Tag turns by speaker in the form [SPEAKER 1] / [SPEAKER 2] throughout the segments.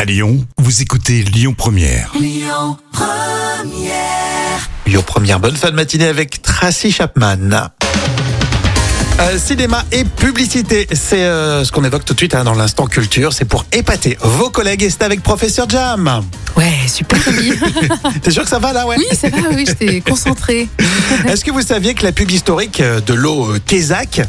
[SPEAKER 1] À Lyon, vous écoutez Lyon Première.
[SPEAKER 2] Lyon Première, bonne fin de matinée avec Tracy Chapman. Euh, cinéma et publicité, c'est euh, ce qu'on évoque tout de suite hein, dans l'instant culture. C'est pour épater vos collègues et c'est avec Professeur Jam.
[SPEAKER 3] Ouais, super Camille.
[SPEAKER 2] T'es sûr que ça va là, ouais
[SPEAKER 3] Oui, ça va, oui, j'étais concentrée.
[SPEAKER 2] Est-ce que vous saviez que la pub historique euh, de l'eau euh, Kézak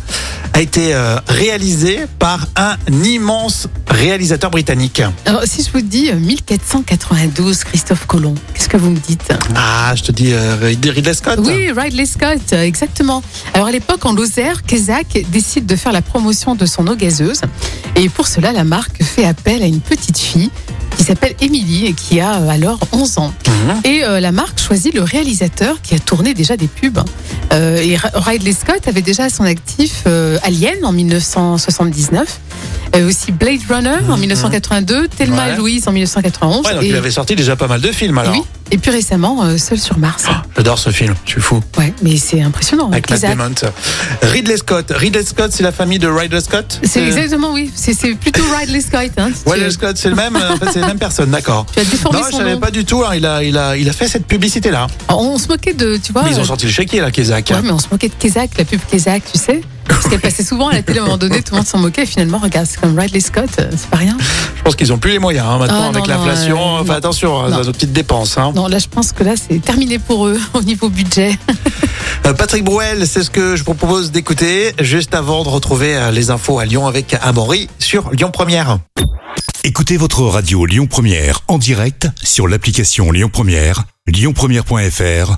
[SPEAKER 2] a été euh, réalisée par un immense réalisateur britannique
[SPEAKER 3] Alors, si je vous dis euh, 1492 Christophe Colomb, qu'est-ce que vous me dites
[SPEAKER 2] Ah, je te dis euh, Ridley Scott.
[SPEAKER 3] Oui, Ridley Scott, euh, exactement. Alors, à l'époque, en Lozère, Kézak décide de faire la promotion de son eau gazeuse. Et pour cela, la marque fait appel à une petite fille qui s'appelle Émilie et qui a euh, alors 11 ans.
[SPEAKER 2] Mhm.
[SPEAKER 3] Et euh, la marque choisit le réalisateur qui a tourné déjà des pubs. Euh, et Ra- Ridley Scott avait déjà à son actif euh, Alien en 1979, euh, aussi Blade Runner en 1982, Thelma
[SPEAKER 2] Mhm. Ouais.
[SPEAKER 3] et Louise en 1991,
[SPEAKER 2] Ouais, donc
[SPEAKER 3] et,
[SPEAKER 2] il avait sorti déjà pas mal de films alors.
[SPEAKER 3] oui, et plus récemment euh, Seul sur Mars.
[SPEAKER 2] J'adore ce film, je suis fou.
[SPEAKER 3] Ouais, mais c'est impressionnant.
[SPEAKER 2] Avec Matt
[SPEAKER 3] Isaac.
[SPEAKER 2] Damon. Ridley Scott. Ridley Scott, c'est la famille de Ridley Scott
[SPEAKER 3] C'est
[SPEAKER 2] Euh,
[SPEAKER 3] exactement oui, c'est c'est plutôt Ridley Scott. Hein, si tu-
[SPEAKER 2] Ridley Scott, c'est le même, euh, en fait, c'est la même personne, d'accord.
[SPEAKER 3] tu as déformé
[SPEAKER 2] Non, je
[SPEAKER 3] son
[SPEAKER 2] savais
[SPEAKER 3] nom.
[SPEAKER 2] pas du tout. hein, Il, a, il, a, il a fait cette publicité-là.
[SPEAKER 3] On se moquait de, tu vois.
[SPEAKER 2] Mais ils
[SPEAKER 3] euh,
[SPEAKER 2] ont sorti le chéquier, là, Kézak.
[SPEAKER 3] Ouais, mais on se moquait de Kézak, la pub Kézak, tu sais. Parce qu'elle passait souvent à la télé à un moment donné, tout le monde s'en moquait. Et finalement, regarde, c'est comme Ridley Scott, euh, c'est pas rien.
[SPEAKER 2] Je pense qu'ils ont plus les moyens hein, maintenant
[SPEAKER 3] Ah,
[SPEAKER 2] avec
[SPEAKER 3] non, non,
[SPEAKER 2] l'inflation.
[SPEAKER 3] euh,
[SPEAKER 2] enfin,
[SPEAKER 3] non.
[SPEAKER 2] attention, hein,
[SPEAKER 3] Non.
[SPEAKER 2] aux petites dépenses. hein.
[SPEAKER 3] Non, là, je pense que là, c'est terminé pour eux au niveau budget.
[SPEAKER 2] Euh, Patrick Brouel, c'est ce que je vous propose d'écouter juste avant de retrouver euh, les infos à Lyon avec Amaury sur Lyon Première.
[SPEAKER 1] Écoutez votre radio Lyon Première en direct sur l'application Lyon Première, lyonpremière.fr